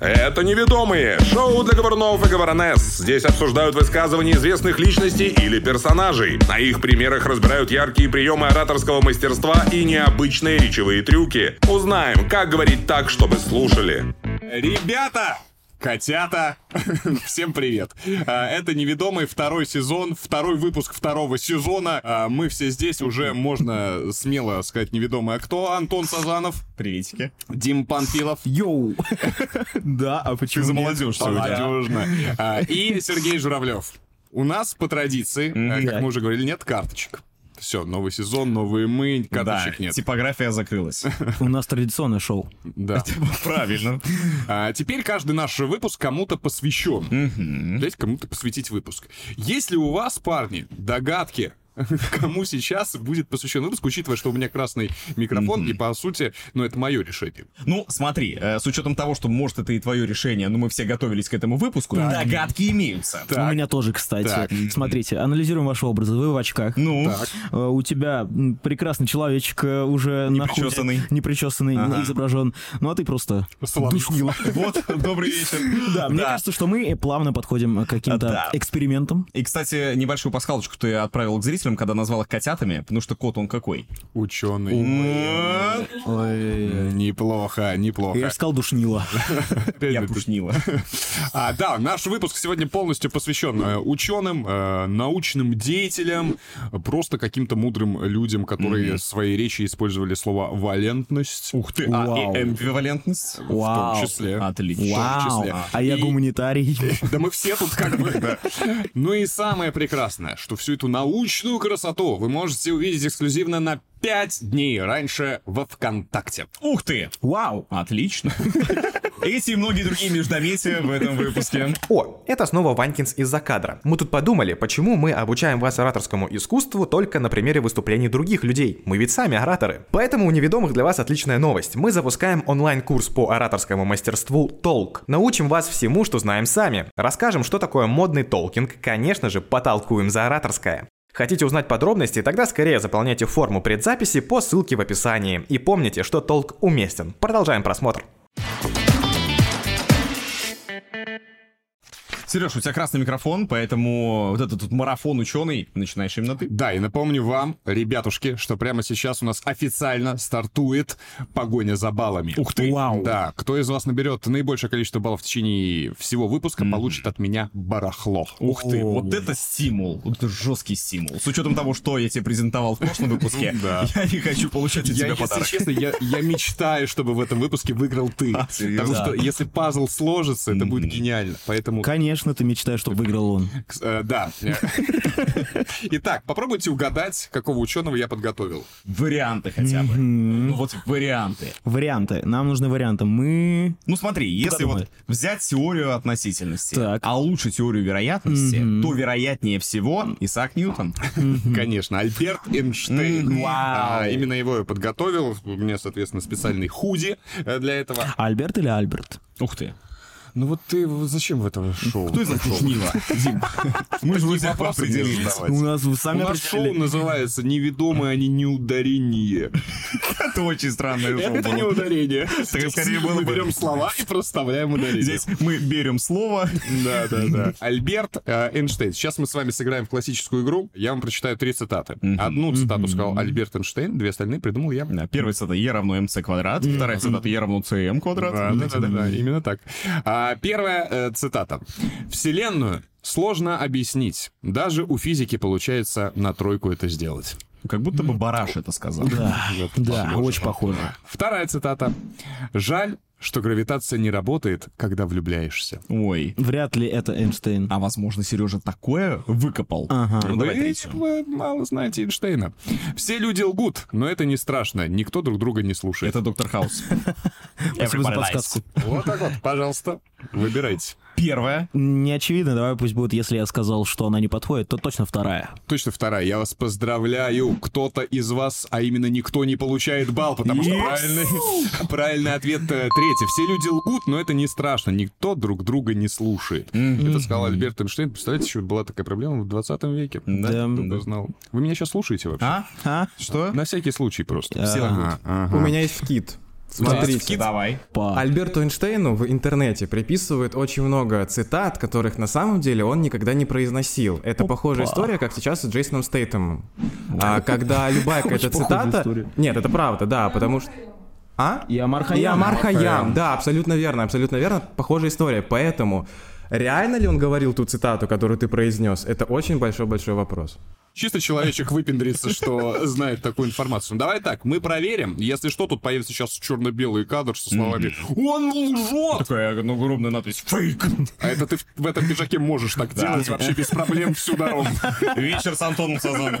Это «Неведомые» — шоу для говорнов и говоронесс. Здесь обсуждают высказывания известных личностей или персонажей. На их примерах разбирают яркие приемы ораторского мастерства и необычные речевые трюки. Узнаем, как говорить так, чтобы слушали. Ребята! Котята! Всем привет! А, Это «Неведомый» второй сезон, второй выпуск второго сезона. А, Мы все здесь уже, можно смело сказать, «Неведомый». А кто? Антон Сазанов, Приветики. Дим Панфилов. Йоу! Да, а почему Ты за нет? молодежь А, сегодня. да. Молодежно. А, И Сергей Журавлев. У нас по традиции, а, как Да. мы уже говорили, нет карточек. Все, новый сезон, новые мы, Да, карточек нет. типография закрылась. У нас традиционное шоу. Да. Правильно. А теперь каждый наш выпуск кому-то посвящен. Дайте кому-то посвятить выпуск. Если у вас, парни, догадки, кому сейчас будет посвящен выпуск, учитывая, что у меня красный микрофон, и по сути, ну, это мое решение. Ну, смотри, э, с учетом того, что, может, это и твое решение, но мы все готовились к этому выпуску, догадки имеются. Так. У меня тоже, кстати. Так. Смотрите, анализируем ваши образы. Вы в очках. Ну, Так. Э, У тебя м, прекрасный человечек э, уже Непричесанный. непричесанный, Ага. изображен. Ну а ты просто Соловьев. душнила. вот, добрый вечер. Да, мне кажется, что мы э, плавно подходим к каким-то А, да. экспериментам. И, кстати, небольшую пасхалочку ты отправил к зрителям, когда назвал их котятами, потому что кот он какой? Ученый. Неплохо, Я неплохо. же сказал душнила. Я Реально, ты- пушнила. А, да, наш выпуск сегодня полностью посвящен э, ученым, э, научным деятелям, э, просто каким-то мудрым людям, которые в своей речи использовали слово «валентность». Ух ты! А, Вау. и эмбивалентность? В Вау. том числе. Отлично. том Вау. числе. А я И- гуманитарий. Да мы все тут как бы, да. Ну и самое прекрасное, что всю эту научную красоту вы можете увидеть эксклюзивно на 5 дней раньше во ВКонтакте. Ух ты! Вау. Отлично. Эти и многие другие междометия в этом выпуске. О, это снова Ванькинс из-за кадра. Мы тут подумали, почему мы обучаем вас ораторскому искусству только на примере выступлений других людей. Мы ведь сами ораторы. Поэтому у неведомых для вас отличная новость. Мы запускаем онлайн-курс по ораторскому мастерству «Толк». Научим вас всему, что знаем сами. Расскажем, что такое модный толкинг, конечно же, потолкуем за ораторское. Хотите узнать подробности? Тогда скорее заполняйте форму предзаписи по ссылке в описании. И помните, что толк уместен. Продолжаем просмотр. Сереж, у тебя красный микрофон, поэтому вот этот тут марафон ученый начинаешь именно ты. Да, и напомню вам, ребятушки, что прямо сейчас у нас официально стартует погоня за баллами. Ух ты! Вау. Да, кто из вас наберет наибольшее количество баллов в течение всего выпуска, получит от меня барахло. Ух ты, вот это стимул, вот это жесткий стимул. С учетом того, что я тебе презентовал в прошлом выпуске, Да. я не хочу получать Я, от тебя если подарок. А, честно, я, я мечтаю, чтобы в этом выпуске выиграл ты. серьезно? Потому что если пазл сложится, это будет гениально. Поэтому Конечно, ты мечтаешь, чтобы выиграл он. Кс- э, да. Итак, попробуйте угадать, какого ученого я подготовил. Варианты хотя бы. Ну вот варианты. Варианты. Нам нужны варианты. Мы... Ну смотри, если думай. вот взять теорию относительности, Так. а лучше теорию вероятности, то вероятнее всего Исаак Ньютон. Конечно, Альберт Эйнштейн. А, Именно его я подготовил. У меня, соответственно, специальный худи э, для этого. Альберт или Альберт? Ух ты. Ну вот ты зачем в этом шоу? Кто из нас душнила? Дим, мы же вроде вопросы Ну, определились. будешь У задавать? нас вы У сами нас определили. шоу называется «Неведомые они не ударение». Это очень странное шоу Это было. не ударение. Так, скорее, было мы бы. берем слова и проставляем ударение. Здесь мы берем слово. Да, да, да. Альберт э, Эйнштейн. Сейчас мы с вами сыграем в классическую игру. Я вам прочитаю три цитаты. Одну цитату сказал Альберт Эйнштейн, две остальные придумал я. Да, первая цитата Е равно МЦ квадрат, вторая цитата Е равно ЦМ квадрат. Да, Вот да, эти, да, да, да, именно так. А, первая э, цитата. Вселенную сложно объяснить. Даже у физики получается на тройку это сделать. Как будто бы Бараш это сказал. Да, Вот, да, похоже. очень похоже. Вторая цитата. Жаль, что гравитация не работает, когда влюбляешься. Ой. Вряд ли это Эйнштейн. А возможно, Сережа такое выкопал. Ага. Ну, давай Вы, третью. вы мало знаете Эйнштейна. Все люди лгут, но это не страшно. Никто друг друга не слушает. Это доктор Хаус. Спасибо за Everybody подсказку. likes. Вот так вот, пожалуйста, выбирайте. Первая. Не очевидно, давай пусть будет, если я сказал, что она не подходит, то точно вторая. Точно вторая. Я вас поздравляю. Кто-то из вас, а именно никто, не получает балл, потому что правильный, правильный ответ э, третий. Все люди лгут, но это не страшно. Никто друг друга не слушает. Это сказал Альберт Эйнштейн. Представляете, еще была такая проблема в 20 веке. Да. Кто бы знал. Вы меня сейчас слушаете вообще? А? А? Что? На всякий случай просто. Все Ага, ага. У меня есть вкид. Смотрите, Давай. Па. Альберту Эйнштейну в интернете приписывают очень много цитат, которых на самом деле он никогда не произносил. Это похожая история, как сейчас с Джейсоном Стейтемом. А, когда любая какая-то цитата... Нет, это правда, да, потому что... А? И Амар Хайям. И Амар Хайям, да, абсолютно верно, абсолютно верно. Похожая история, поэтому... Реально ли он говорил ту цитату, которую ты произнес? Это очень большой-большой вопрос. Чисто человечек выпендрится, что знает такую информацию. Давай так, мы проверим. Если что, тут появится сейчас черно-белый кадр со словами «Он лжет!» Такая ну, огромная надпись. Фейк. А это ты в- в этом пиджаке можешь так делать вообще без проблем всю дорогу. Вечер с Антоном Сазановым.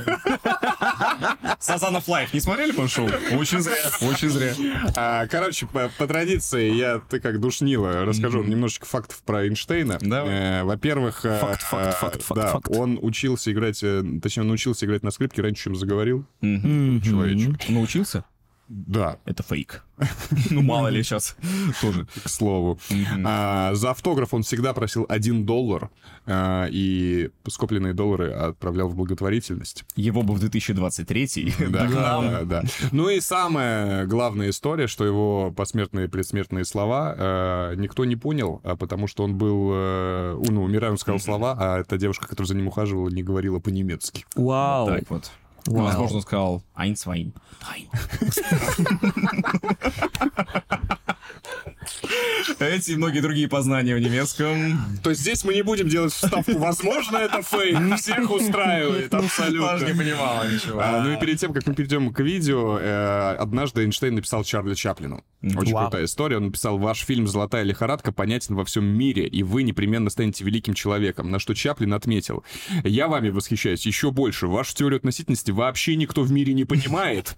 Сазанов Лайф. Не смотрели по шоу? Очень зря. Очень зря. А, Короче, по, по традиции, я, ты как душнила, расскажу немножечко фактов про Эйнштейна. Давай. Э, Во-первых, э, Факт, факт, э, факт, факт, да, факт. он учился играть, э, точнее, он научился играть на скрипке раньше, чем заговорил. Человечек. Научился? Да, Это фейк. Ну, мало ли сейчас. Тоже. к слову. А, За автограф он всегда просил 1 доллар, а, и скопленные доллары отправлял в благотворительность. Его бы в 2023 Да, да, да. Ну и самая главная история, что его посмертные и предсмертные слова э, никто не понял, а потому что он был, э, ну, умирая, он сказал слова, а эта девушка, которая за ним ухаживала, не говорила по-немецки. Вау. Так вот. Ну, Возможно, он сказал Айн Свайн. Эти и многие другие познания в немецком. То есть здесь мы не будем делать вставку. Возможно, это фейк. Всех устраивает Даже не абсолютно. понимала ничего. А, ну и перед тем, как мы перейдем к видео, э, однажды Эйнштейн написал Чарли Чаплину. Очень крутая история. Он написал, ваш фильм «Золотая лихорадка» понятен во всем мире, и вы непременно станете великим человеком. На что Чаплин отметил, я вами восхищаюсь еще больше. Вашу теорию относительности вообще никто в мире не понимает,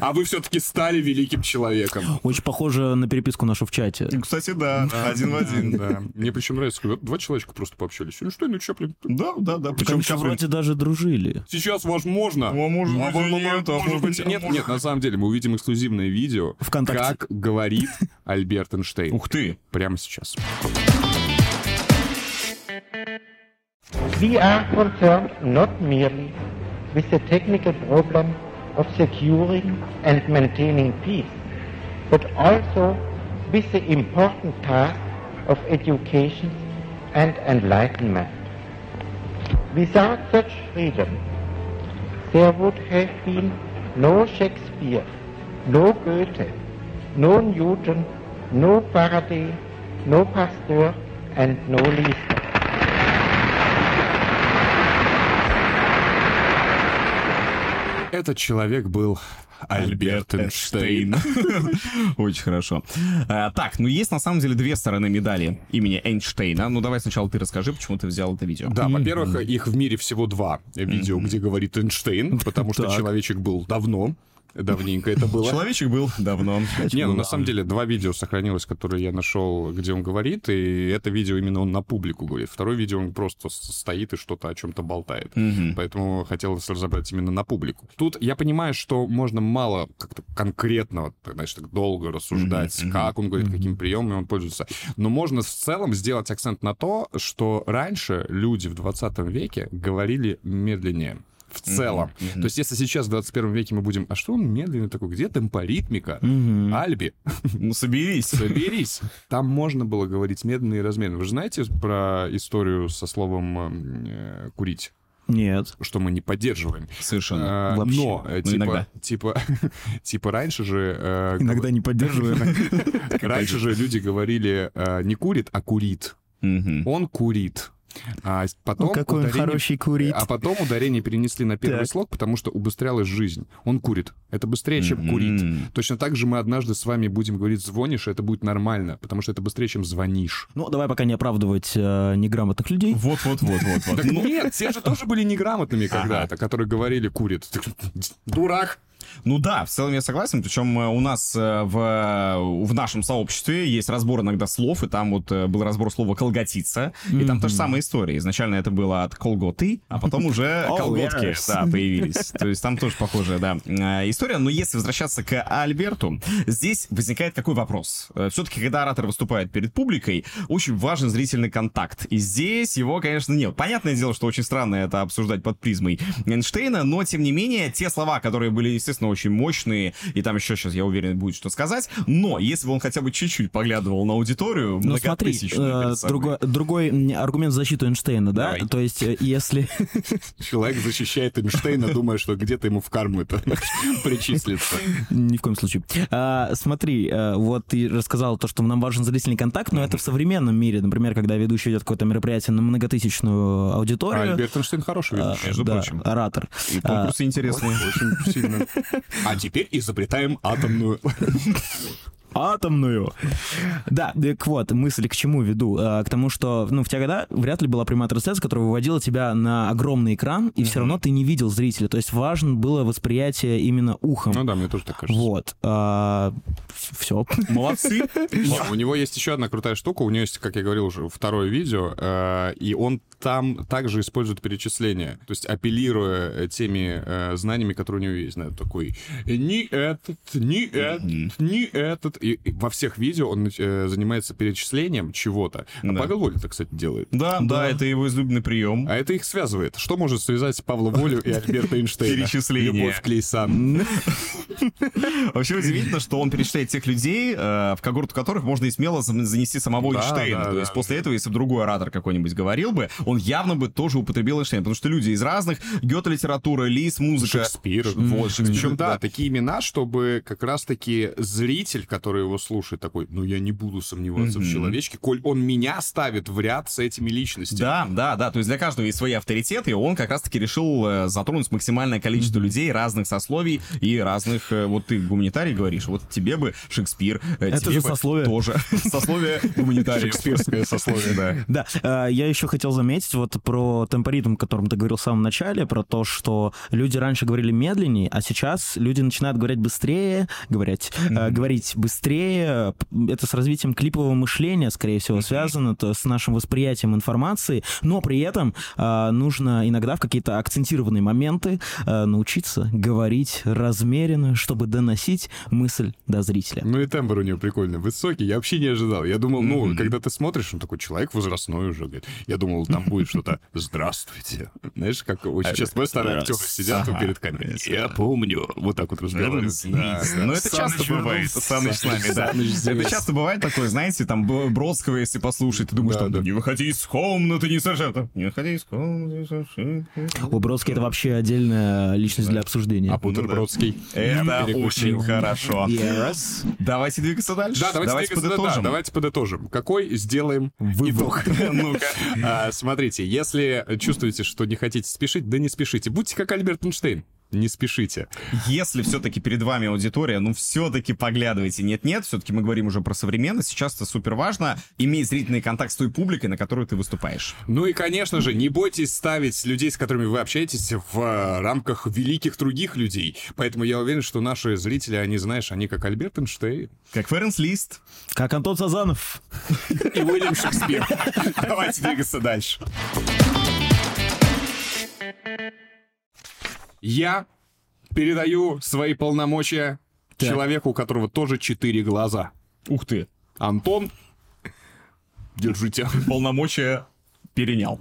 а вы все-таки стали великим человеком. Очень похоже на переписку нашу в чате. Кстати, да, один в один. Да. Мне причем нравится, когда два человека просто пообщались. Эйнштейн и Чаплин. Да, да, да. Причем вроде даже дружили. Сейчас возможно. А может быть, и нет, а может быть, и нет. Нет, на самом деле, мы увидим эксклюзивное видео, Вконтакте. как говорит Альберт Эйнштейн. Ух ты. Прямо сейчас. We are concerned not merely with the technical problem of securing and maintaining peace, but also with the important task of education and enlightenment. Without such freedom, there would have been no Shakespeare, no Goethe, no Newton, no Faraday, no Pasteur, and no Liesner. Этот человек был Альберт Эйнштейн. Очень хорошо. А, так, ну есть на самом деле две стороны медали имени Эйнштейна. Ну давай сначала ты расскажи, почему ты взял это видео. Да, во-первых, их в мире всего два видео, где говорит Эйнштейн, потому что человечек был давно, давненько это было. Человечек был давно. Не, ну на самом деле два видео сохранилось, которые я нашел, где он говорит, и это видео именно он на публику говорит. Второе видео он просто с- стоит и что-то о чем-то болтает. Поэтому хотелось разобрать именно на публику. Тут я понимаю, что можно мало как-то конкретного, так, знаешь, так долго рассуждать, как он говорит, каким приемами он пользуется. Но можно в целом сделать акцент на то, что раньше люди в 20 веке говорили медленнее. В целом. То есть, если сейчас в 21 веке мы будем, а что он медленный такой, где темпоритмика? Альби, Ну соберись. соберись. Там можно было говорить медленно и размеренно. Вы же знаете про историю со словом м, э, курить? Нет. Что мы не поддерживаем. Совершенно. Э, Вообще. Но, э, Ну, типа, иногда. типа, типа раньше же... э, не поддерживаем. гов- Раньше же люди говорили э, не курит, а курит. Мгм. Он курит. А с- потом Ну, Какой он ударение- хороший курит. А потом ударение перенесли на первый Так. слог, потому что убыстрялась жизнь. Он курит. Это быстрее, чем курит. Точно так же мы однажды с вами будем говорить «звонишь», и это будет нормально, потому что это быстрее, чем «звонишь». Ну, давай пока не оправдывать э, неграмотных людей. Вот, вот, вот, вот, вот. Так ну, Ну. нет, те же тоже были неграмотными когда-то, которые говорили «курит». Дурак! Ну да, в целом я согласен. Причем э, у нас э, в, э, в нашем сообществе есть разбор иногда слов, и там вот э, был разбор слова колготица, и там та же самая история. Изначально это было от колготы, а потом уже Oh, колготки yes. да, появились. То есть там тоже похожая, да, э, история. Но если возвращаться к Альберту, здесь возникает какой вопрос? Все-таки, когда оратор выступает перед публикой, очень важен зрительный контакт. И здесь его, конечно, нет. Понятное дело, что очень странно это обсуждать под призмой Эйнштейна, но, тем не менее, те слова, которые были, естественно, естественно, очень мощные, и там еще сейчас, я уверен, будет что сказать. Но если бы он хотя бы чуть-чуть поглядывал на аудиторию, Ну смотри, многотысячную э, перед собой. другой, другой м, аргумент в защиту Эйнштейна, да? Давай. То есть, э, если... Человек защищает Эйнштейна, думая, что где-то ему в карму это причислится. Ни в коем случае. А, смотри, а, вот ты рассказал то, что нам важен зрительный контакт, но это в современном мире. Например, когда ведущий идет какое-то мероприятие на многотысячную А аудиторию. Альберт Эйнштейн хороший а, ведущий. между да, прочим. оратор. И А. конкурсы интересные. Очень сильно. А теперь изобретаем атомную. атомную. Да, так вот, мысль к чему веду? Э, К тому, что ну, в те годы вряд ли была прямая трансляция, которая выводила тебя на огромный экран, и все равно ты не видел зрителя. То есть важно было восприятие именно ухом. Ну да, мне тоже так кажется. Вот. А, Все. Молодцы. Не, У него есть еще одна крутая штука. У него есть, как я говорил уже, второе видео, э, и он там также использует перечисления, то есть апеллируя э, теми э, знаниями, которые у него есть. Знаете, такой «ни этот, ни этот, ни этот». И и во всех видео он э, занимается перечислением чего-то. А Да. Павел Воля это, кстати, делает. Да, да, это его излюбленный прием. А это их связывает. Что может связать Павла Волю и Альберта Эйнштейна? Перечисление. Любовь к лейсам. Вообще удивительно, что он перечисляет тех людей, э, в когорту которых можно и смело зам- занести самого Да, Эйнштейна. да, То да, есть да. после этого, если бы другой оратор какой-нибудь говорил бы, он явно бы тоже употребил Эйнштейна. Потому что люди из разных, Гёте-литература, Лис, музыка. Шекспир. Вот, Шекспир, Причем, да, да. такие имена, чтобы как раз-таки зритель, который его слушает, такой, ну, я не буду сомневаться в человечке, коль он меня ставит в ряд с этими личностями. Да, да, да. То есть для каждого есть свои авторитеты, и он как раз-таки решил э, затронуть максимальное количество людей разных сословий и разных... э, Вот ты гуманитарий говоришь, вот тебе бы Шекспир, э, Это тебе же бы сословие. тоже сословие гуманитариев. Шекспирское сословие, да. Да, э, я еще хотел заметить вот про темпоритм, о котором ты говорил в самом начале, про то, что люди раньше говорили медленнее, а сейчас люди начинают говорить быстрее, говорить, э, говорить быстрее. Это с развитием клипового мышления, скорее всего, связано то, с нашим восприятием информации, но при этом э, нужно иногда в какие-то акцентированные моменты э, научиться говорить размеренно, чтобы доносить мысль до зрителя. Ну и тембр у него прикольный, высокий. Я вообще не ожидал. Я думал, ну, когда ты смотришь, он такой человек возрастной уже, говорит. Я думал, там будет что-то «Здравствуйте». Знаешь, как А, очень часто бывает, старые актеры сидят вот перед камерой. Я помню. Вот так вот разговаривают. Да. Но Ну, это Саныч часто бывает. вернулся. Саныч с нами, да. Саныч Это здесь. часто бывает такое, знаете, там Б- Бродского, если послушать, ты думаешь, Да, там, да. не выходи из комнаты, не сажай. Не выходи из комнаты, не сажай. У Бродский это вообще отдельная личность для обсуждения. А Бутербродский. Это очень хорошо. Yes. Давайте двигаться дальше. Да, давайте, двигаться, да, да, подытожим. давайте подытожим. Какой сделаем вывод? Ну-ка. А, Смотрите, если чувствуете, что не хотите спешить, да не спешите. Будьте как Альберт Эйнштейн. Не спешите. Если все-таки перед вами аудитория, ну все-таки поглядывайте. Нет-нет, все-таки мы говорим уже про современность. Сейчас это супер важно. Имей зрительный контакт с той публикой, на которую ты выступаешь. Ну и, конечно же, не бойтесь ставить людей, с которыми вы общаетесь, в э, рамках великих других людей. Поэтому я уверен, что наши зрители, они, знаешь, они как Альберт Эйнштейн Как Ференс Лист. Как Антон Сазанов. и Уильям Шекспир. Давайте двигаться дальше. Я передаю свои полномочия человеку, у которого тоже четыре глаза. Ух ты. Антон, держите. полномочия перенял.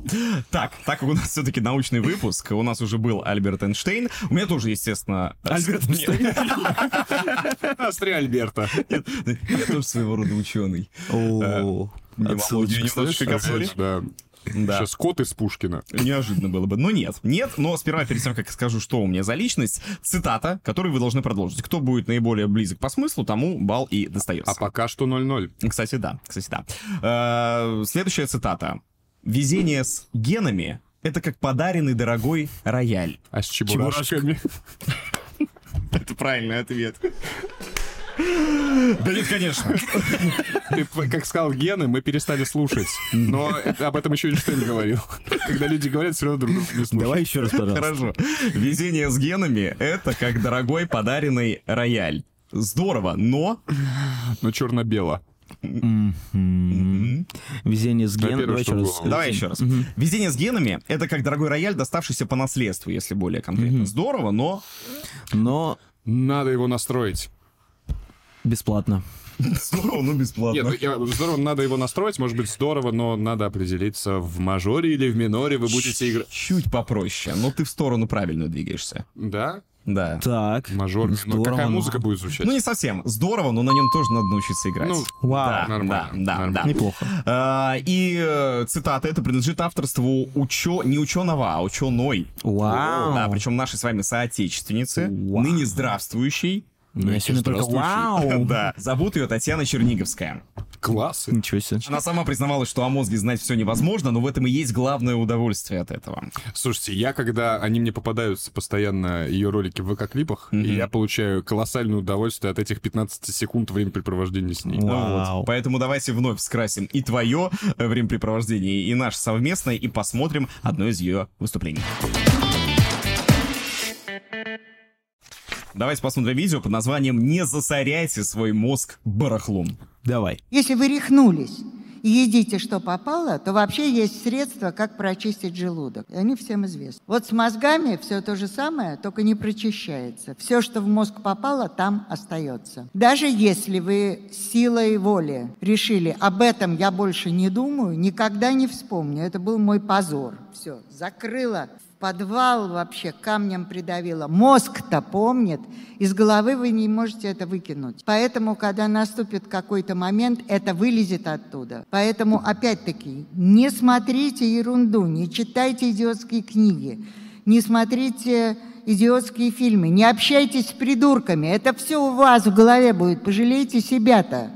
Так, так как у нас все-таки научный выпуск, у нас уже был Альберт Эйнштейн, у меня тоже, естественно... Альберт Эйнштейн? Остря Альберта. Я тоже своего рода ученый. Да. Да. Сейчас кот из Пушкина. Неожиданно было бы. Но нет, нет. Но сперва, перед тем, как скажу, что у меня за личность, цитата, которую вы должны продолжить. Кто будет наиболее близок по смыслу, тому бал и достается. А пока что 0-0. Кстати, да, кстати, да. Э, Следующая цитата. Везение с генами — это как подаренный дорогой рояль. А с чебурашками? Это правильный ответ. Да нет, конечно. Ты, п- как сказал Гены, мы перестали слушать. Но это- об этом еще Эйнштейн говорил. Когда люди говорят, все равно друг друга не слушают. Давай еще раз, пожалуйста. Хорошо. Везение с генами — это как дорогой подаренный рояль. Здорово, но... Но черно-бело. Везение с геном. Во-первых, Давай еще что раз. было? Давай еще раз. Везение с генами — это как дорогой рояль, доставшийся по наследству, если более конкретно. Здорово, но... Но Надо его настроить. бесплатно. Здорово, но Нет, ну, бесплатно. я- здорово, надо его настроить, может быть, здорово, но надо определиться, в мажоре или в миноре вы будете играть. Чуть попроще, но ты в сторону правильную двигаешься. Да? Да. Так. Мажор. минор. Здорово, Какая ну. музыка будет звучать? Ну, не совсем. Здорово, но на нем тоже надо научиться играть. Ну, Вау. Да, нормально, Да, да, нормально. да. Неплохо. А, и э, цитата это принадлежит авторству учё... не ученого, а ученой. Вау. Да, причем нашей с вами соотечественницы, Вау. ныне здравствующей. У меня сегодня только вау. Да. Зовут ее Татьяна Черниговская. Классы. Ничего себе. Она сама признавалась, что о мозге знать все невозможно, но в этом и есть главное удовольствие от этого. Слушайте, я когда они мне попадаются постоянно ее ролики в ВК-клипах, и я получаю колоссальное удовольствие от этих 15 секунд времяпрепровождения с ней. Вот. Поэтому давайте вновь скрасим и твое э, времяпрепровождение, и наше совместное, и посмотрим одно из ее выступлений. Давайте посмотрим видео под названием «Не засоряйте свой мозг барахлом». Давай. Если вы рехнулись и едите, что попало, то вообще есть средства, как прочистить желудок. И они всем известны. Вот с мозгами все то же самое, только не прочищается. Все, что в мозг попало, там остается. Даже если вы силой воли решили, об этом я больше не думаю, никогда не вспомню, это был мой позор. Все, закрыла в подвал вообще камнем придавила. Мозг-то помнит. Из головы вы не можете это выкинуть. Поэтому, когда наступит какой-то момент, это вылезет оттуда. Поэтому, опять-таки, не смотрите ерунду, не читайте идиотские книги, не смотрите идиотские фильмы, не общайтесь с придурками. Это все у вас в голове будет. Пожалейте себя-то.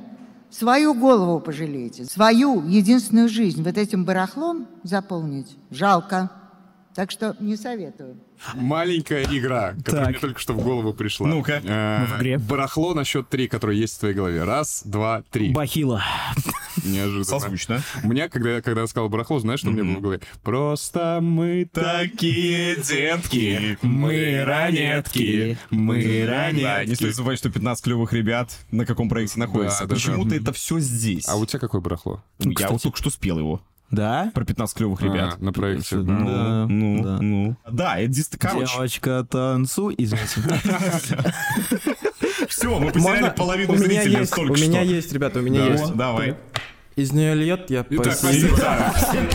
Свою голову пожалейте, свою единственную жизнь вот этим барахлом заполнить жалко. Так что не советую. Маленькая игра, которая Так. мне только что в голову пришла. Ну-ка. Э, в игре. Барахло на счет три, которое есть в твоей голове. Раз, два, три. Бахила. Неожиданно. Созвучно. У меня, когда, я- когда я сказал барахло, знаешь, что у меня было в голове? Просто мы Такие детки, мы ранетки, мы Да, не стоит забывать, что 15 клевых ребят на каком проекте находится. Да, да, Почему-то да. это все здесь. А у тебя какое барахло? Ну, Я вот только что спел его. Да? Про 15 клевых ребят. А, на проекте. Ну, Да, ну, да. ну. Да, это дист... Короче, Девочка, танцуй. Извините. все, мы потеряли Можно? половину у меня зрителей есть, только у меня что. есть, ребята, у меня Да, есть. Давай. Из нее льет, я Итак, посею. спасибо.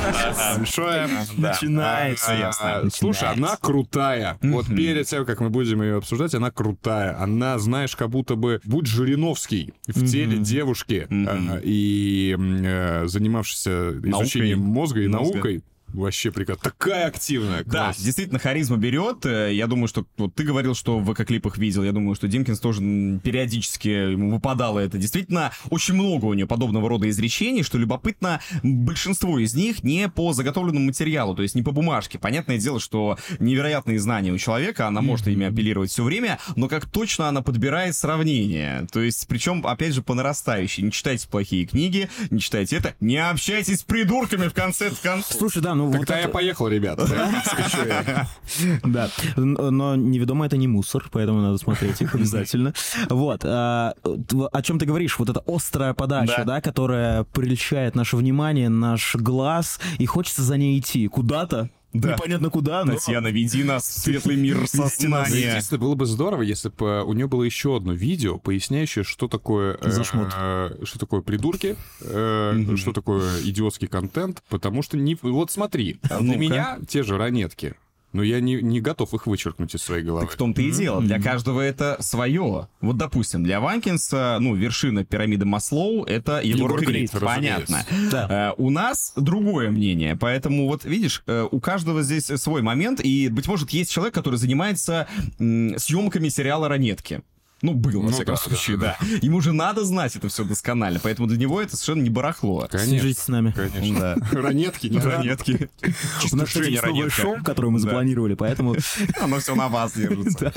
Большое. Начинается, А, ясно. Слушай, она крутая. Вот перед тем, как мы будем ее обсуждать, она крутая. Она, знаешь, как будто бы будь Жириновский в теле девушки э, и м, э, занимавшийся изучением мозга и Мозга. наукой. Вообще прекрасно. Такая активная. Да, класс. действительно, харизма берет. Э, Я думаю, что вот ты говорил, что в ВК-клипах видел. Я думаю, что Димкинс тоже м, периодически ему выпадало это. Действительно, очень много у нее подобного рода изречений, что любопытно, м, большинство из них не по заготовленному материалу, то есть не по бумажке. Понятное дело, что невероятные знания у человека, она может ими апеллировать все время, но как точно она подбирает сравнение. То есть, причем, опять же, по нарастающей. Не читайте плохие книги, не читайте это, не общайтесь с придурками в конце концов. Слушай, да, ну вот Тогда я это- поехал, ребят. Да, Н- но неведомо это не мусор, поэтому надо смотреть их обязательно. Вот, а, т- о чем ты говоришь, вот эта острая подача, да, которая прельщает наше внимание, наш глаз, и хочется за ней идти куда-то, Да. непонятно куда, но... Татьяна, веди нас в светлый мир Ну, сознания. Единственное, было бы здорово, если бы у нее было еще одно видео, поясняющее, что такое... э, Зашмот. э, Что такое придурки, э, что такое идиотский контент, потому что не... Вот смотри, для А ну-ка. меня те же ранетки, но я не, не готов их вычеркнуть из своей головы. Так в том-то и дело. Для каждого это свое. Вот, допустим, для Ванкинса, ну, вершина пирамиды Маслоу — это Егор, Егор Крид, Крид, разумеется. понятно. Да. Э, у нас другое мнение, поэтому вот, видишь, э, у каждого здесь свой момент, и, быть может, есть человек, который занимается м, съемками сериала «Ранетки». Ну, было, во Ну всяком да, случае, да, Ему же надо знать это все досконально, поэтому для него это совершенно не барахло. Конечно, Свяжитесь с нами. конечно. Да. Ранетки, не ранетки. Ранетки. У нас, кстати, есть новое шоу, которое мы запланировали, поэтому... Оно все на вас держится.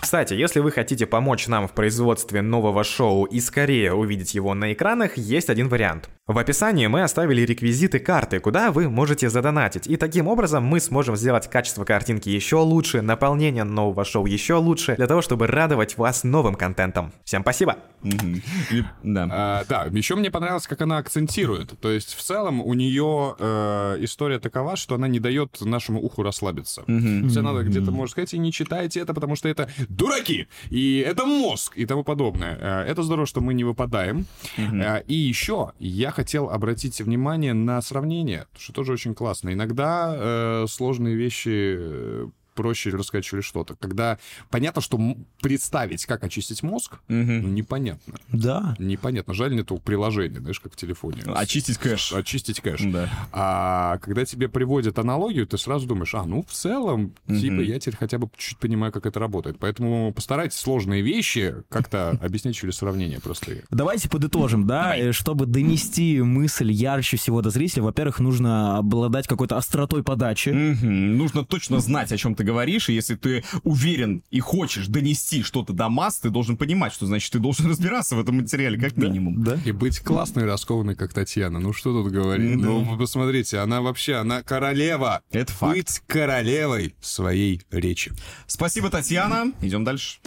Кстати, если вы хотите помочь нам в производстве нового шоу и скорее увидеть его на экранах, есть один вариант. В описании мы оставили реквизиты карты, куда вы можете задонатить, и таким образом мы сможем сделать качество картинки еще лучше, наполнение нового шоу еще лучше, для того, чтобы радовать вас новым контентом. Всем спасибо! Мгм. И- Да. А, да, еще мне понравилось, как она акцентирует. То есть, в целом, у нее э, история такова, что она не дает нашему уху расслабиться. Мгм. Все надо где-то, может сказать, и не читайте это, потому что это дураки, и это мозг, и тому подобное. Э, Это здорово, что мы не выпадаем. Э, И еще я хотел обратить внимание на сравнение, что тоже очень классно. Иногда э, сложные вещи э, проще раскачивали что-то. Когда понятно, что м- представить, как очистить мозг, ну, непонятно. Да. Непонятно. Жаль, нету приложения, знаешь, как в телефоне. Очистить кэш. Очистить кэш. Да. А когда тебе приводят аналогию, ты сразу думаешь, а, ну, в целом, типа, я теперь хотя бы чуть понимаю, как это работает. Поэтому постарайтесь сложные вещи как-то объяснять через сравнение простые. Давайте подытожим, да, Э, чтобы донести мысль ярче всего до зрителя, во-первых, нужно обладать какой-то остротой подачи. Мгм. Нужно точно знать, о чем ты говоришь, и если ты уверен и хочешь донести что-то до масс, ты должен понимать, что значит ты должен разбираться в этом материале как минимум. Да. И быть классной, и раскованной, как Татьяна. Ну, что тут говорить? Ну, вы посмотрите, она вообще, она королева. Это факт. Быть королевой своей речи. Спасибо, Татьяна. Идем дальше.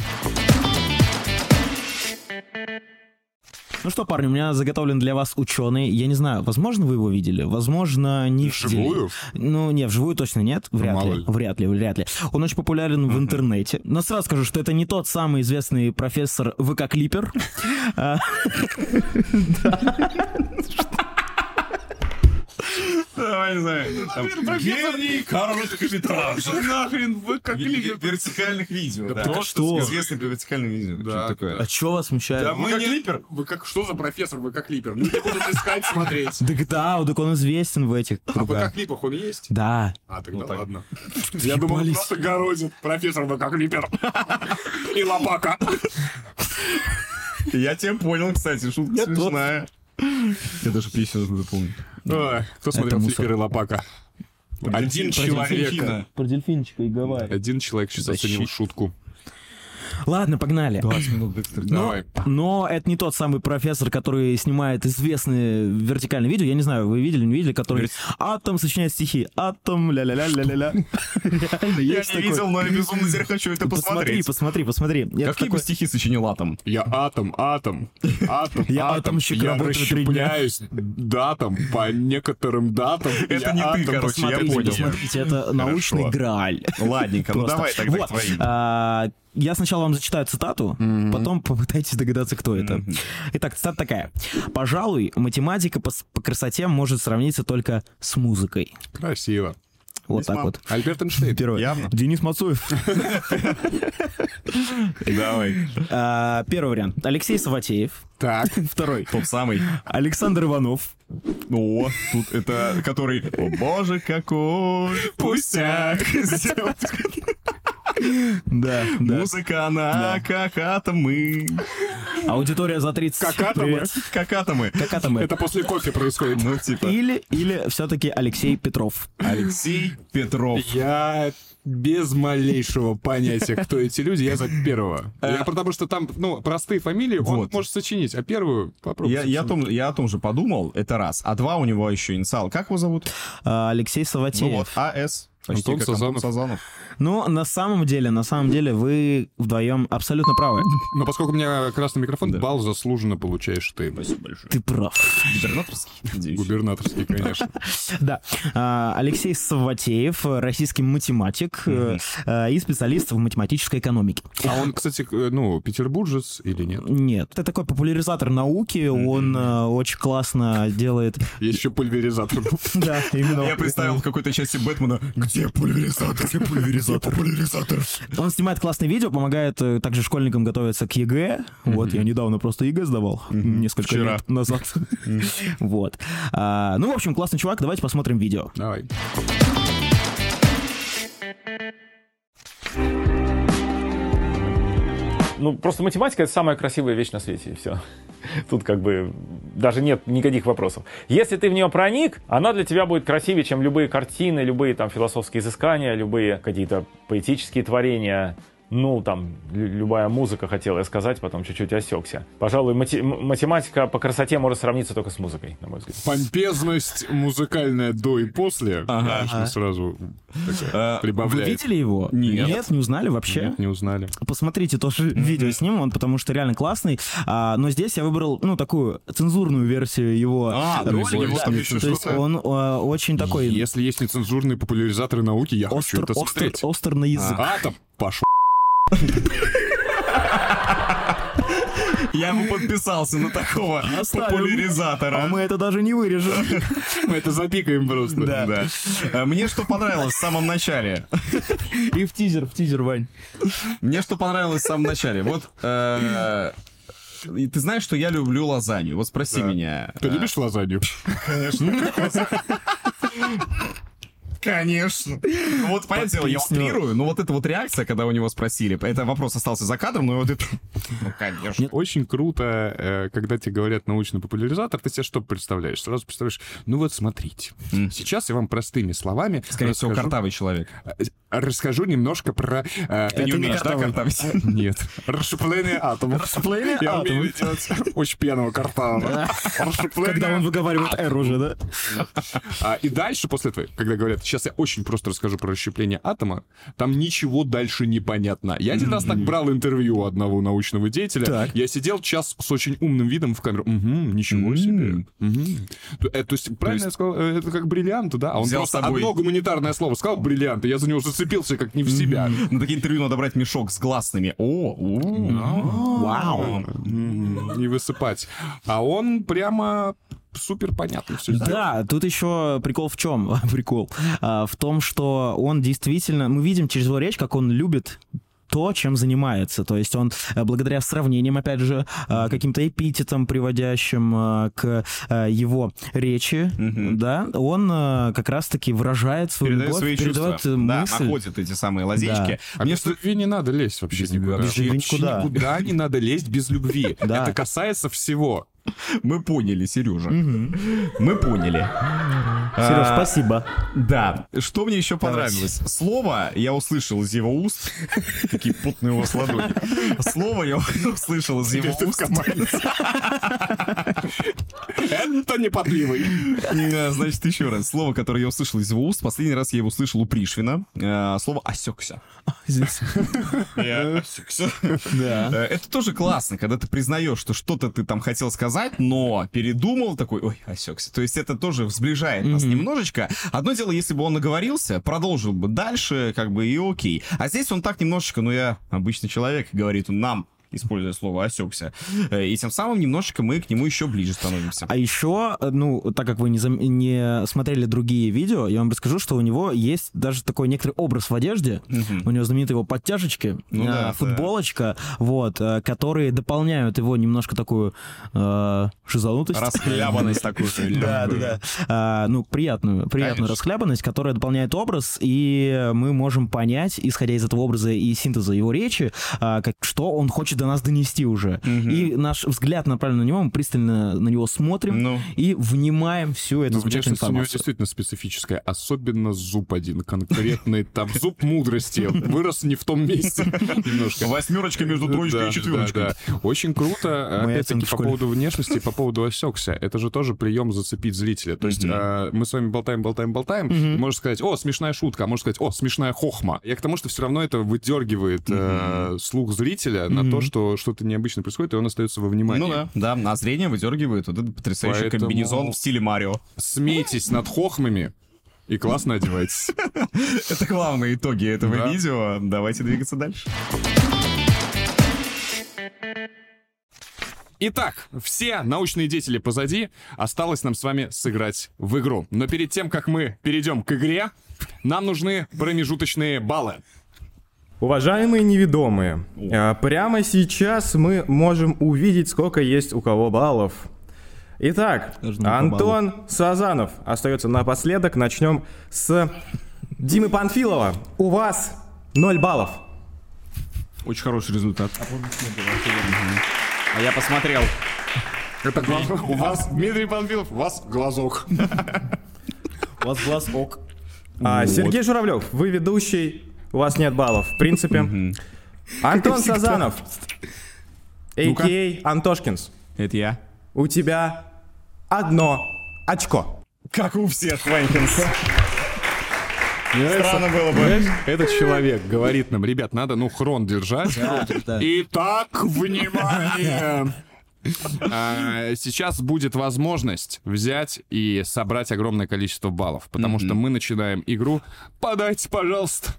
Ну что, парни, у меня заготовлен для вас ученый. Я не знаю, возможно, вы его видели, возможно, не видели. Вживую? Ну, не, вживую точно нет. Вряд мало ли. ли. Вряд ли, вряд ли. Он очень популярен в интернете. Но сразу скажу, что это не тот самый известный профессор ВК Клипер. А, Давай, не знаю. Гений короткометражных. Нахрен вы как Вертикальных видео. Да что? Известный по вертикальным видео. Что такое? А что вас смущает? мы не... Клипер? Вы как, что за профессор? Вы как Клипер? Ну, где будут искать, смотреть? Да да, так он известен в этих А в кругах. как клипах он есть? Да. А, Ну тогда ладно. Я думал, он просто городит. Профессор в как клипер. И лопака. Я тебя понял, кстати, шутка смешная. Я даже песню запомню. Ой, Кто смотрел мусор. клипер и лопака? Один человек. Про дельфинчика и Гавайи. Один человек сейчас оценил шутку. Ладно, погнали. Давай. Но это не тот самый профессор, который снимает известные вертикальные видео. Я не знаю, вы видели, не видели, который атом сочиняет стихи. Атом, ля-ля-ля-ля-ля-ля. Реально, Я есть не такой. Ну, видел, но я безумно теперь хочу это Посмотри, посмотреть. посмотри, посмотри. Это Какие бы такой- стихи сочинил Атом? Я атом, атом, атом, Я атомщик, я работаю три дня. расщепляюсь датам по некоторым датам. Это Я не ты, атом, короче, я посмотрите, понял. посмотрите. Смотрите, это научный грааль. Ладненько, ну Просто. давай тогда Вот, к твоим. а, Я сначала вам зачитаю цитату, потом попытайтесь догадаться, кто это. Итак, цитата такая. «Пожалуй, математика по, с- по красоте может сравниться только с музыкой». Красиво. Вот так вот. Альберт Эйнштейн. Первое. Явно. Денис Мацуев. Давай. А, Первый вариант. Алексей Саватеев. Так. Второй. Тот самый. Александр Иванов. О, тут это который. О боже, какой пустяк. сделал». Да, да. Музыка, она как атомы. Аудитория за 30. Как атомы. Привет. Как атомы. Как атомы. Это после кофе происходит. Ну, типа, Или, или все-таки Алексей Петров. Алексей Петров. Я без малейшего понятия, кто эти люди, я за первого. Я потому что там, ну, простые фамилии, он Э. Вот. может сочинить, а первую попробуй. Я, я, о том, я о том же подумал, это раз. А два у него еще инициал. Как его зовут? А, Алексей Ну вот, Саватеев. АС. Антон как Антон Сазанов. Сазанов. Ну, на самом деле, на самом деле, вы вдвоем абсолютно правы. Но поскольку у меня красный микрофон, балл заслуженно получаешь ты. Ты прав. Губернаторский. Надеюсь. Губернаторский, конечно. Да. А, Алексей Саватеев, российский математик э, э, и специалист в математической экономике. А он, кстати, к- ну, петербуржец или нет? Нет, это такой популяризатор науки, он э, очень классно делает... Еще пульверизатор был. Да, именно. Я представил в какой-то части Бэтмена, где пульверизатор, где пульверизатор, пульверизатор. Он снимает классные видео, помогает э, также школьникам готовиться к ЕГЭ. Вот, я недавно просто ЕГЭ сдавал, несколько Вчера. лет назад. Вот. А, Ну, в общем, классный чувак, давайте посмотрим видео. Давай. Ну, просто математика — это самая красивая вещь на свете, и все. Тут как бы даже нет никаких вопросов. Если ты в нее проник, она для тебя будет красивее, чем любые картины, любые там философские изыскания, любые какие-то поэтические творения. Ну, там, лю- любая музыка, хотел я сказать, потом чуть-чуть осекся. Пожалуй, мати- м- математика по красоте может сравниться только с музыкой, на мой взгляд. Помпезность музыкальная до и после, конечно, сразу такая А Вы прибавляет. видели его? Нет. не узнали вообще? Нет, не узнали. Посмотрите тоже видео с ним, он потому что реально классный. А, но здесь я выбрал, ну, такую цензурную версию его э, А, то есть ролика. его Да. там еще То есть что-то? он э, очень такой Если есть нецензурные популяризаторы науки, я хочу остр, это остр, смотреть. остр на язык. Атом пошел. Я бы подписался на такого Оставим. А популяризатора. мы это даже не вырежем. Мы это запикаем просто. Да. А Мне что понравилось в самом начале? И в тизер, в тизер, Вань. Мне что понравилось в самом начале? Вот э, и ты знаешь, что я люблю лазанью. Вот спроси меня. Ты любишь лазанью? Конечно. Ну, Вот, понятное дело, я утрирую, но вот эта вот реакция, когда у него спросили, это вопрос остался за кадром, но вот это... Ну, конечно. Очень круто, э, когда тебе говорят научный популяризатор, ты себе что представляешь? Сразу представляешь, ну вот смотрите, сейчас я вам простыми словами Скорее всего, расскажу- э, картавый человек. расскажу немножко про... э, Ты не умеешь, да, картавить? Нет. Расшипление атомов. Расшипление А, Я умею делать очень пьяного картавого. Расшипление Когда он выговаривает R уже, да? А, и дальше, после этого, когда говорят, сейчас я очень просто расскажу про расщепление атома, там ничего дальше не понятно. Я один раз так брал интервью у одного научного деятеля. Так. Я сидел час с очень умным видом в камеру. Угу, ничего себе. Мгм». То, э, то есть, правильно я сказал, э, это как бриллиант, да? А он Взял с просто собой. одно гуманитарное слово сказал бриллиант, и я за него зацепился как не в себя. На такие интервью надо брать мешок с гласными. О, у, вау. М, И высыпать. А он прямо супер понятно все Да, тут еще прикол в чем? Прикол. А, В том, что он действительно... Мы видим через его речь, как он любит то, чем занимается. То есть он э, благодаря сравнениям, опять же, э, каким-то эпитетам, приводящим э, к э, его речи, да, он э, как раз-таки выражает свою Передает любовь, свои чувства. передает э, Да, мысль. находит эти самые лазечки. А мне без любви не надо лезть вообще никуда. без любви Вообще никуда. никуда не надо лезть без любви. Да. Это касается всего. Мы поняли, Сережа. Мы поняли. Сереж, А, спасибо. Да. Что мне еще понравилось? Слово я услышал из его уст. Такие путные у вас ладони. Слово я услышал из его уст. Это не подливый. Э, Значит, еще раз. Слово, которое я услышал из его уст, последний раз я его услышал у Пришвина. Э, Слово «осекся». Я осекся. Э, Это тоже классно, когда ты признаешь, что что-то ты там хотел сказать, но передумал такой, ой, осекся. То есть это тоже сближает нас немножечко. Одно дело, если бы он наговорился, продолжил бы дальше, как бы и окей. А здесь он так немножечко, ну я обычный человек, говорит он нам, используя слово осекся. Э, И тем самым немножечко мы к нему еще ближе становимся. А еще, э, ну, так как вы не, зам- не смотрели другие видео, я вам расскажу, что у него есть даже такой некоторый образ в одежде. У него знаменитые его подтяжечки, Ну э, да, да. футболочка, вот, э, которые дополняют его немножко такую э, шизанутость. Расхлябанность такую. Да, да, да. А, ну, приятную, приятную Конечно. расхлябанность, которая дополняет образ, и мы можем понять, исходя из этого образа и синтеза его речи, а, как, что он хочет до нас донести уже. И наш взгляд направлен на него, мы пристально на него смотрим Ну. и внимаем всю эту Ну, замечательную внешность у него информацию. действительно специфическая, особенно зуб один конкретный, там зуб мудрости, вырос не в том месте немножко. Восьмерочка между Да, троечкой и да, четверочкой. да. Очень круто. Мои Опять-таки, оценки в по школе. поводу внешности, и по поводу осекся. Это же тоже прием зацепить зрителя. То есть э, мы с вами болтаем, болтаем, болтаем. и Можно сказать, о, смешная шутка, а можно сказать, о, смешная хохма. Я к тому, что все равно это выдергивает э, слух зрителя на то, что что-то необычное происходит, и он остается во внимании. Ну да, да, а зрение выдергивает вот этот потрясающий Поэтому- комбинезон в стиле Марио. Смейтесь над хохмами и классно одевайтесь. Это главные итоги этого Да. видео. Давайте двигаться дальше. Итак, все научные деятели позади, осталось нам с вами сыграть в игру. Но перед тем, как мы перейдем к игре, нам нужны промежуточные баллы. Уважаемые неведомые, э, прямо сейчас мы можем увидеть, сколько есть у кого баллов. Итак, Даже не по Антон Сазанов остается напоследок. Начнем с Димы Панфилова. У вас 0 баллов. Очень хороший результат. А я посмотрел. Это глаз... У вас, Дмитрий Панфилов, у вас глазок. У вас глаз ок. А, Сергей Журавлев, вы ведущий, у вас нет баллов, в принципе. Антон Сазанов, Ну-ка. а.к.а. Антошкинс, Это я. у тебя одно очко. Как у всех, Ванькинс. Странно было бы. Этот человек говорит нам, ребят, надо, ну, хрон держать. Итак, внимание! А, Сейчас будет возможность взять и собрать огромное количество баллов, потому что мы начинаем игру. Подайте, пожалуйста.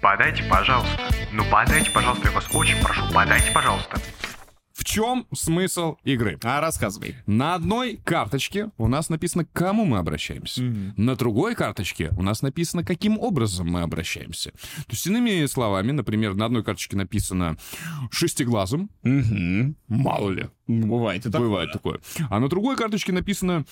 Подайте, пожалуйста. Ну подайте, пожалуйста, я вас очень прошу, подайте, пожалуйста. В чем смысл игры? А рассказывай. На одной карточке у нас написано, к кому мы обращаемся. На другой карточке у нас написано, каким образом мы обращаемся. То есть, иными словами, например, на одной карточке написано шестиглазым, Мгм. мало ли, Бывает и такое. бывает такое. А на другой карточке написано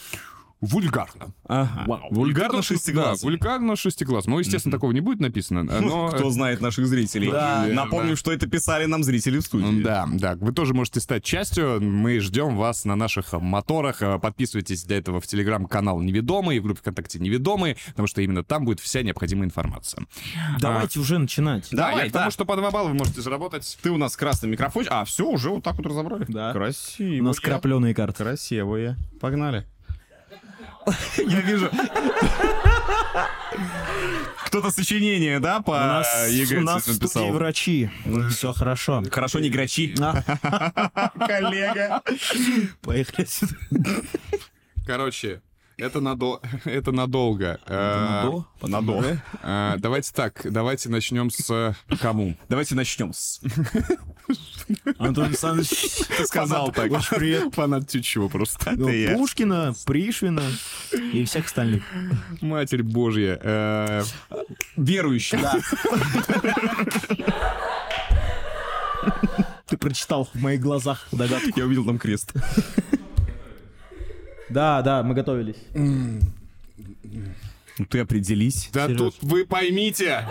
вульгарно. Ага. И Вульгарно то, что- шестиглаз. Да, вульгарно шестиглаз. Ну, естественно, такого не будет написано, но... Ну, Кто знает наших зрителей. Да. Напомню, что это писали нам зрители в студии. Да, да. Вы тоже можете стать частью. Мы ждем вас на наших э, моторах. Э, Подписывайтесь для этого в телеграм-канал «Неведомые», в группе ВКонтакте «Неведомые», потому что именно там будет вся необходимая информация. Давайте уже начинать. А. Да, я Давай, к тому, да. что по 2 балла вы можете заработать. Ты у нас красный микрофон. А, все, уже вот так вот разобрали. Да. Красиво. У ну, нас крапленые карты. Красивые. Погнали. Я вижу. Кто-то сочинение, да, по У А, нас, Игорю у нас в Цвету студии писал? врачи. Все хорошо. А. Хорошо, не грачи. Коллега. Поехали сюда. Короче, это, надо... это надолго. Э, Надо. э, Давайте так, давайте начнем с э, кому. Давайте начнем с... Антон Александрович. Ты сказал так. Очень привет. Фанат Тютчева просто. Ну, я. Пушкина, Пришвина и всех остальных. Матерь божья. Э, Верующий. Ты прочитал в моих глазах догадку. Я увидел там крест. Да, да, мы готовились. Ну ты определись. Да Серёж. тут вы поймите.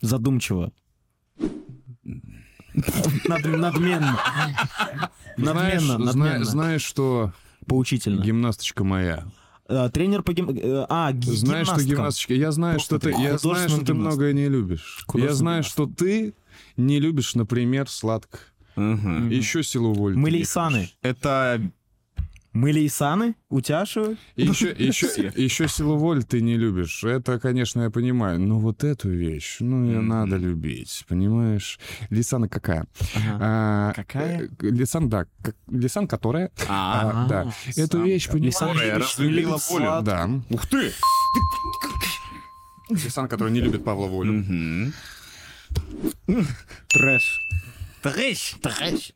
Задумчиво. Над- надменно. Знаешь, Надменно, зна- надменно. знаешь, что Поучительно. гимнасточка моя. Э, Тренер по гим... э, А, ги- Знаешь, что гимнастка. гимнасточка. Я знаю, что ты. Я знаю, что Художественный ты гимнаст. многое не любишь. Я Художественный знаю, что ты не любишь, например, сладко. Мгм. Еще силу воли. Мы лейсаны. Это... Мы лейсаны, утяшивают. Еще, еще, еще силу воли ты не любишь. Это, конечно, я понимаю. Но вот эту вещь, ну, ее надо любить, понимаешь? Лисана какая? А, э, Какая? Лисан, да. как- Лисан, которая. А, А, да. Эту вещь, Лисан, понимаешь? которая разлюбила волю. Да. Ух ты! Лисан, который не любит Павла Волю. Мгм. Трэш. Трэш, трэш.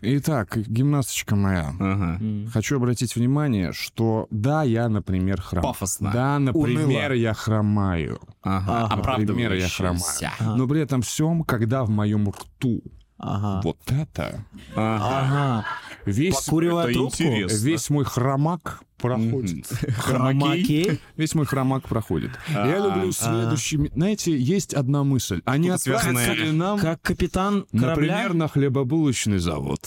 Итак, гимнасточка моя. Ага. Хочу обратить внимание, что да, я, например, хромаю. Пафосно. Да, например, я хромаю. Ага. Например, А я хромаю. Оправдывающийся. Но при этом всем, когда в моем рту Ага. вот это, Ага. весь, Покуривая это трубку? интересно. весь мой хромак проходит. Хромакей. Весь мой хромак проходит. Я А, люблю следующими... Знаете, есть одна мысль. Они Что-то связанное- отправятся ли нам Как капитан корабля. Например, на хлебобулочный завод.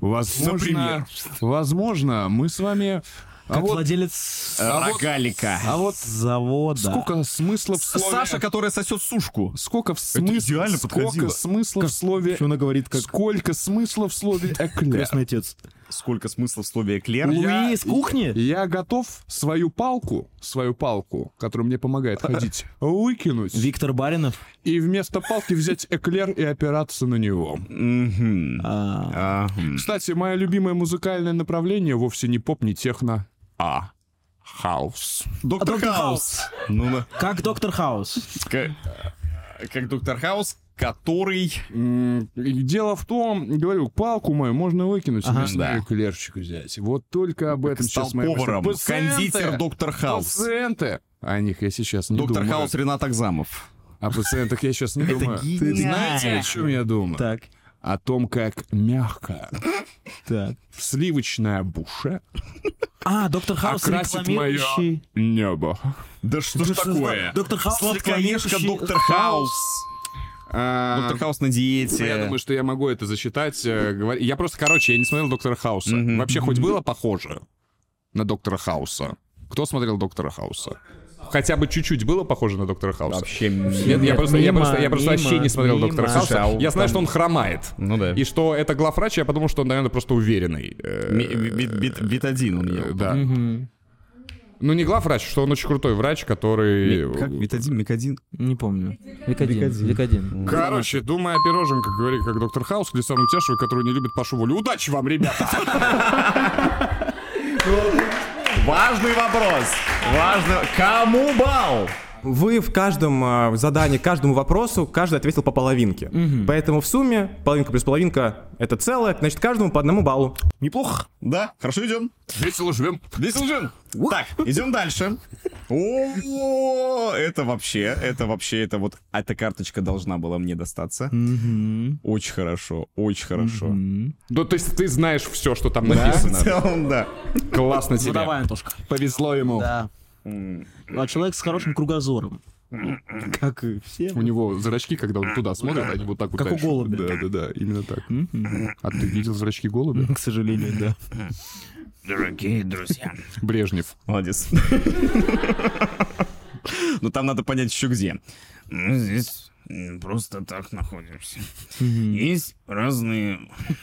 Возможно, Например. возможно, мы с вами... А Как вот- Э, владелец Рогалика. а вот завода. сколько смысла в слове... Саша, которая сосет сушку. сколько в смыс- идеально сколько подходило. смысла в слове... она говорит, как Сколько смысла в слове «эклер»? крестный отец. Сколько смысла в слове эклер? Луи из кухни? Я готов свою палку, свою палку, которая мне помогает ходить, выкинуть Виктор Баринов. и вместо палки взять эклер и опираться на него. Мгм. А, Ага. Кстати, мое любимое музыкальное направление вовсе не поп, не техно, а хаус. Доктор Хаус. Ну, на- Как доктор Хаус. К- Как доктор Хаус, который... М, и Дело в том, говорю, палку мою можно выкинуть, и Ага. вместо Да. нее эклерчик взять. Вот только об этом Стал сейчас Ну, моя мысль. поваром. Пациенты! Кондитер доктор Хаус. Пациенты! О них я сейчас не Доктор думаю. Хаус Ренат Агзамов. О пациентах я сейчас не думаю. Ты гениально. знаете, о чем я думаю? Так, О том, как мягко так. сливочная буша А, доктор Хаус окрасит мое рекламирующий. небо. Да что ж такое? Доктор Хаус Сладкоежка рекламирующий- доктор Хаус. А, Доктор Хаус на Ну, Я диете. думаю, что я могу это засчитать. э, говори- Я просто, короче, я не смотрел Доктора Хауса. Вообще, хоть было похоже на Доктора Хауса? Кто смотрел Доктора Хауса? Хотя бы чуть-чуть было похоже на Доктора Хауса? Нет, я Нет, просто, я мимо, просто, я просто мимо, вообще не смотрел мимо. Доктора Хауса. Слушай, а у- я знаю, там- что он хромает. Ну да. И что это главврач, я подумал, что он, наверное, просто уверенный. э, Ми- бит- бит- Битадин он э, ел. Да. Ну, не главврач, что он очень крутой врач, который... Как? Битадин, Микадин? Не помню. Викодин. Викодин. Короче, думай о пироженках, говори, как доктор Хаус, Лисан Утяшева, который не любит Пашу Волю. Удачи вам, ребята! Важный вопрос. Важно. Кому бал? Вы в каждом э, задании, каждому вопросу, каждый ответил по половинке. Поэтому в сумме половинка плюс половинка — это целое, значит, каждому по одному баллу. Неплохо. Да, хорошо идем. Весело живем. Весело живем. Так, идем дальше. О, это вообще, это вообще, это вот а эта карточка должна была мне достаться. Очень хорошо, очень хорошо. Да, Ну, то есть ты знаешь все, что там написано. В целом, да. Классно тебе. Ну давай, Антошка. Повезло ему. Да. А человек с хорошим кругозором. Как и все. У него зрачки, когда он туда смотрит, они вот так вот Как у дальше. голубя. Да, да, да, именно так. А ты видел зрачки голубя? К сожалению, да. Брежнев. Молодец. Ну там надо понять еще где. Мы Ну, здесь м, просто так находимся. Есть разные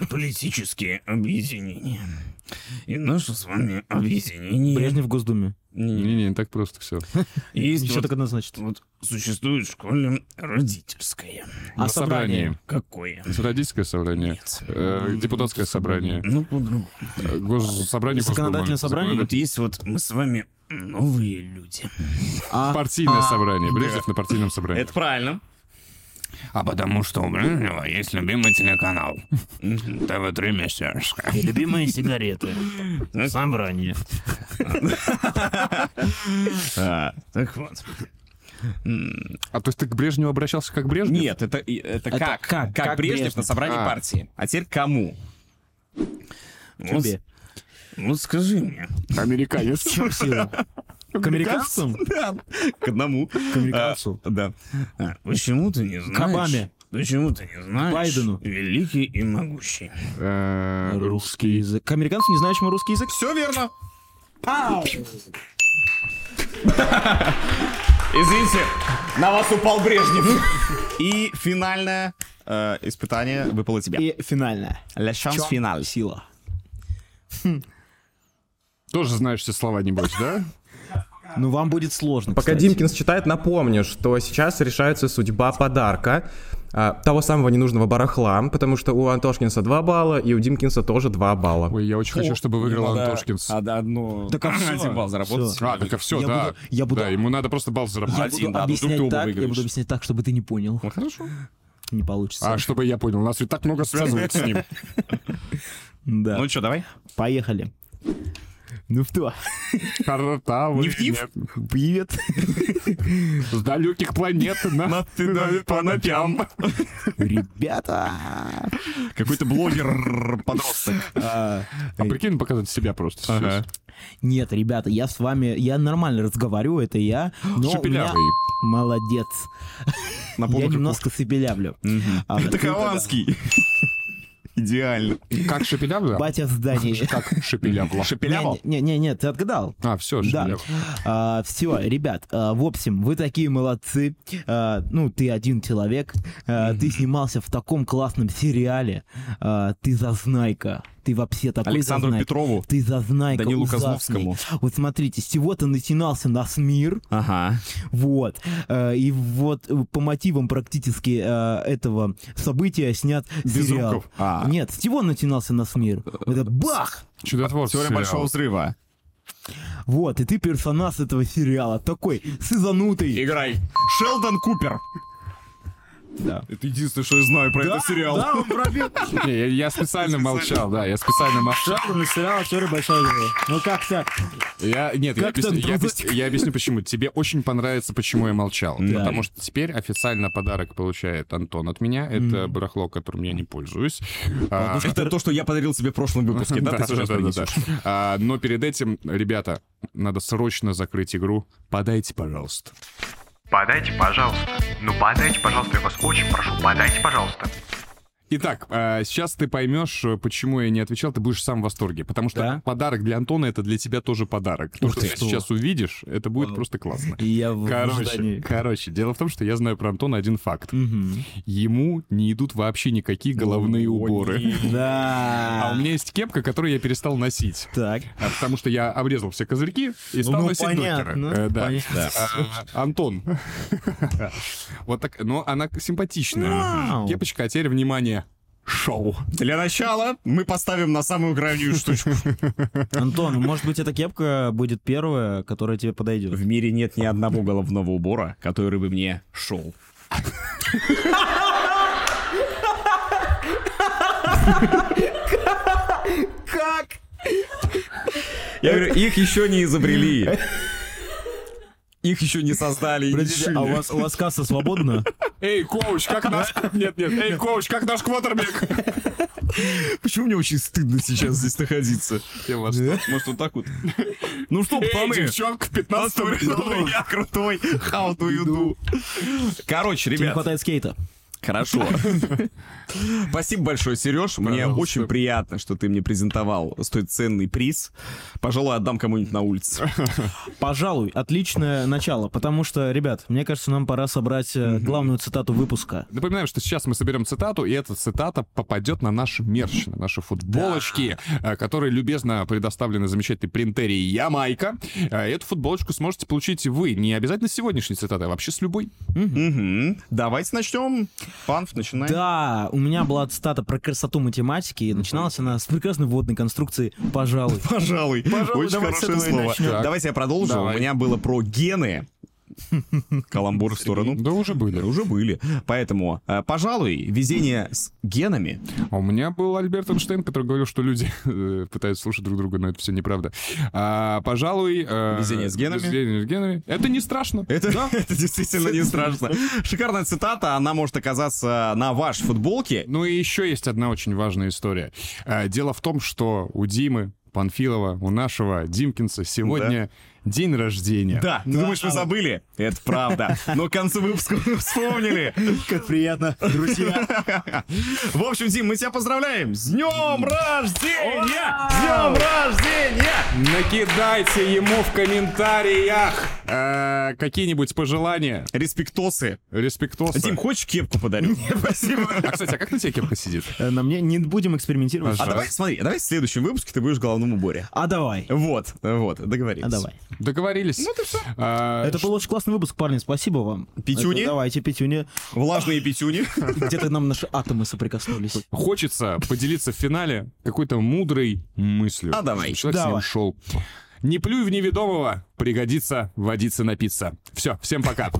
политические объединения. И наше с вами объединение... Брежнев в Госдуме. Не-не, не так просто все. Есть Ничего вот, так однозначно. вот существует в школе родительское. А собрание? Какое? Родительское собрание, Нет. э, депутатское собрание, Ну, по-другому. э, госсобрание, Законодательное Госдумы, собрание? Вот есть вот мы с вами новые люди. А. закон- Партийное собрание. Брежнев на партийном собрании. Это правильно. А потому что у Брежнева есть любимый телеканал. ТВ-3 Мещерская. И любимые сигареты. Ну, Собрание. А, Так вот. А то есть ты к Брежневу обращался как Брежнев? Нет, это, и- это, Это как? как? Брежнев Как Брежнев? на собрании А. партии. А теперь к кому? Вот, Тебе. вот скажи мне, Американец. К американцам? Да, к одному. К американцу? Да. а почему ты не знаешь... Обаме. Почему ты не знаешь... Байдену. Великий и могущий. Э, Русский язык. К американцам, не знающему русский язык? Все верно. Извините, на вас упал Брежнев. И финальное э, испытание выпало тебе. И финальная. Ля шанс финал. Сила. Тоже знаешь все слова, небось, да? Ну, вам будет сложно, Пока кстати. Димкинс читает, напомню, что сейчас решается судьба подарка. а, Того самого ненужного барахла, потому что у Антошкинса 2 балла и у Димкинса тоже 2 балла. Ой, я очень хочу, чтобы выиграл Надо- Антошкинс. а, да, одно. Так, а всё. Один балл заработать. Всё. А, так а все, Я да. буду- я буду- Да, ему надо просто балл Я заработать. Один, буду да, объяснять ну ты оба так, я выиграешь. буду объяснять так, чтобы ты не понял. Хорошо. Не получится. А, чтобы я понял, нас ведь так много связывает с ним. Да. Ну что, давай. Поехали. Ну что, Картавый. Нефтив? привет. С далеких планет на по ночам. Ребята. Какой-то блогер-подросток. А прикинь, показать себя просто. сейчас. Нет, ребята, я с вами, я нормально разговариваю, это я. Но у меня- Шепелявый. Молодец. Напомню, я как немножко сепелявлю. А, Это ну, Хованский. Идеально. Как шепелявый? да. Батя в здании. Как шепелявла. Шепелявал? Не, не, не, не, ты отгадал. А, все, Да. все, ребят, а, в общем, вы такие молодцы. А, ну, ты один человек. А, ты снимался в таком классном сериале. А, ты зазнайка. Ты вообще такой Александру зазнайка. Петрову. Ты зазнайка Данилу ужасный. Козловскому. Вот смотрите, с чего-то начинался нас мир. Ага. Вот. Э, И вот э, по мотивам практически э, этого события снят сериал. Безруков. А. Э, Нет, с чего начинался нас мир? Это бах! Чудотворцы. Теория большого взрыва. Вот, и ты персонаж этого сериала. Такой сызанутый. Играй. Шелдон Купер. Да. Это единственное, что я знаю про этот сериал. Да, он пробил. Не, я, я специально молчал, да, я специально молчал. Шагом из сериала «Теория большого взрыва». Ну как так? Я, нет, я, Как объяс- там, я, объяс- я объясню почему. Тебе очень понравится, почему я молчал. Да. Потому что теперь официально подарок получает Антон от меня. Это барахло, которым я не пользуюсь. А, Это то, что я подарил тебе в прошлом выпуске, да? Ты сюжет да. принесешь. А, Но перед этим, ребята, надо срочно закрыть игру. Подайте, пожалуйста. Подайте, пожалуйста. Ну подайте, пожалуйста, я вас очень прошу, подайте, пожалуйста. Итак, а, сейчас ты поймешь, э, почему я не отвечал, ты будешь сам в восторге. Потому что Да? подарок для Антона это для тебя тоже подарок. То, Ух что ты. ты сейчас увидишь, это будет просто классно. И я в Короче, ожидании. короче, дело в том, что я знаю про Антона один факт. Мгм. Ему не идут вообще никакие головные уборы. А у Да. меня есть кепка, которую я перестал носить. Так. А Потому что я обрезал все козырьки и стал ну, носить понятно, докера. Э, да. понятно. Да. А, Антон. Вот так, но она симпатичная. Вау. Кепочка, а теперь внимание. шоу. Для начала мы поставим на самую крайнюю штучку. Антон, ну, может быть, эта кепка будет первая, которая тебе подойдет. В мире нет ни одного головного убора, который бы мне шел. Как? Я говорю, их еще не изобрели. Их еще не создали. и не Подождите, а у шили. вас, у вас касса свободна? Эй, коуч, как наш... Нет, нет, эй, коуч, как наш квотербек? Почему мне очень стыдно сейчас здесь находиться? Может, вот так вот? Ну что, Эй, пацаны, девчонка в 15 Ну, я крутой, how do you do? Короче, Тебе не ребят, хватает скейта. хорошо. Спасибо большое, Сереж. Мне очень приятно, что ты мне презентовал столь ценный приз. Пожалуй, отдам кому-нибудь на улице. Пожалуй, отличное начало, потому что, ребят, мне кажется, нам пора собрать э, главную цитату выпуска. Напоминаем, что сейчас мы соберем цитату, и эта цитата попадет на наш мерч, на наши футболочки, э, которые любезно предоставлены замечательной принтерией Ямайка. Э, Эту футболочку сможете получить вы. Не обязательно с сегодняшней цитатой, а вообще с любой. Мгм. Давайте начнем. Панф, начинай. Да, у меня была цитата про красоту математики, и начиналась она с прекрасной вводной конструкции «пожалуй». Пожалуй. Очень давайте с хорошее этого и слово. начнем. Давайте я продолжу. Давай. У меня было про гены. Каламбур в сторону. Да уже были. Уже были. Поэтому, э, пожалуй, везение с генами. А У меня был Альберт Эйнштейн, который говорил, что люди э, пытаются слушать друг друга, но это все неправда. А, пожалуй... э, Везение с генами. везение с генами. Это не страшно. Это, это действительно не страшно. Шикарная цитата, она может оказаться на вашей футболке. Ну и еще есть одна очень важная история. Э, Дело в том, что у Димы Панфилова, у нашего Димкинса сегодня день рождения. Да, ты думаешь, вы забыли? Это правда. Но к концу выпуска мы вспомнили. Как приятно, друзья. В общем, Дим, мы тебя поздравляем! С днем рождения! С днем рождения! Накидайте ему в комментариях э, какие-нибудь пожелания, Респектосы. респектосы. Дим, хочешь кепку подарю? А, кстати, а как на тебе кепка сидит? Э, На мне не будем экспериментировать. А давай, смотри, давай в следующем выпуске ты будешь в головном уборе. А давай. Вот, вот, договорились. А давай. Договорились. Ну ты все. Это был очень классный выпуск, парни, спасибо вам. Пятюни? Это Давайте, пятюни. Влажные пятюни. Где-то нам наши атомы соприкоснулись. Хочется поделиться в финале какой-то мудрой мыслью. А давай. Человек с ним Давай. шел. Не плюй в неведомого, пригодится водиться напиться. Все, всем пока.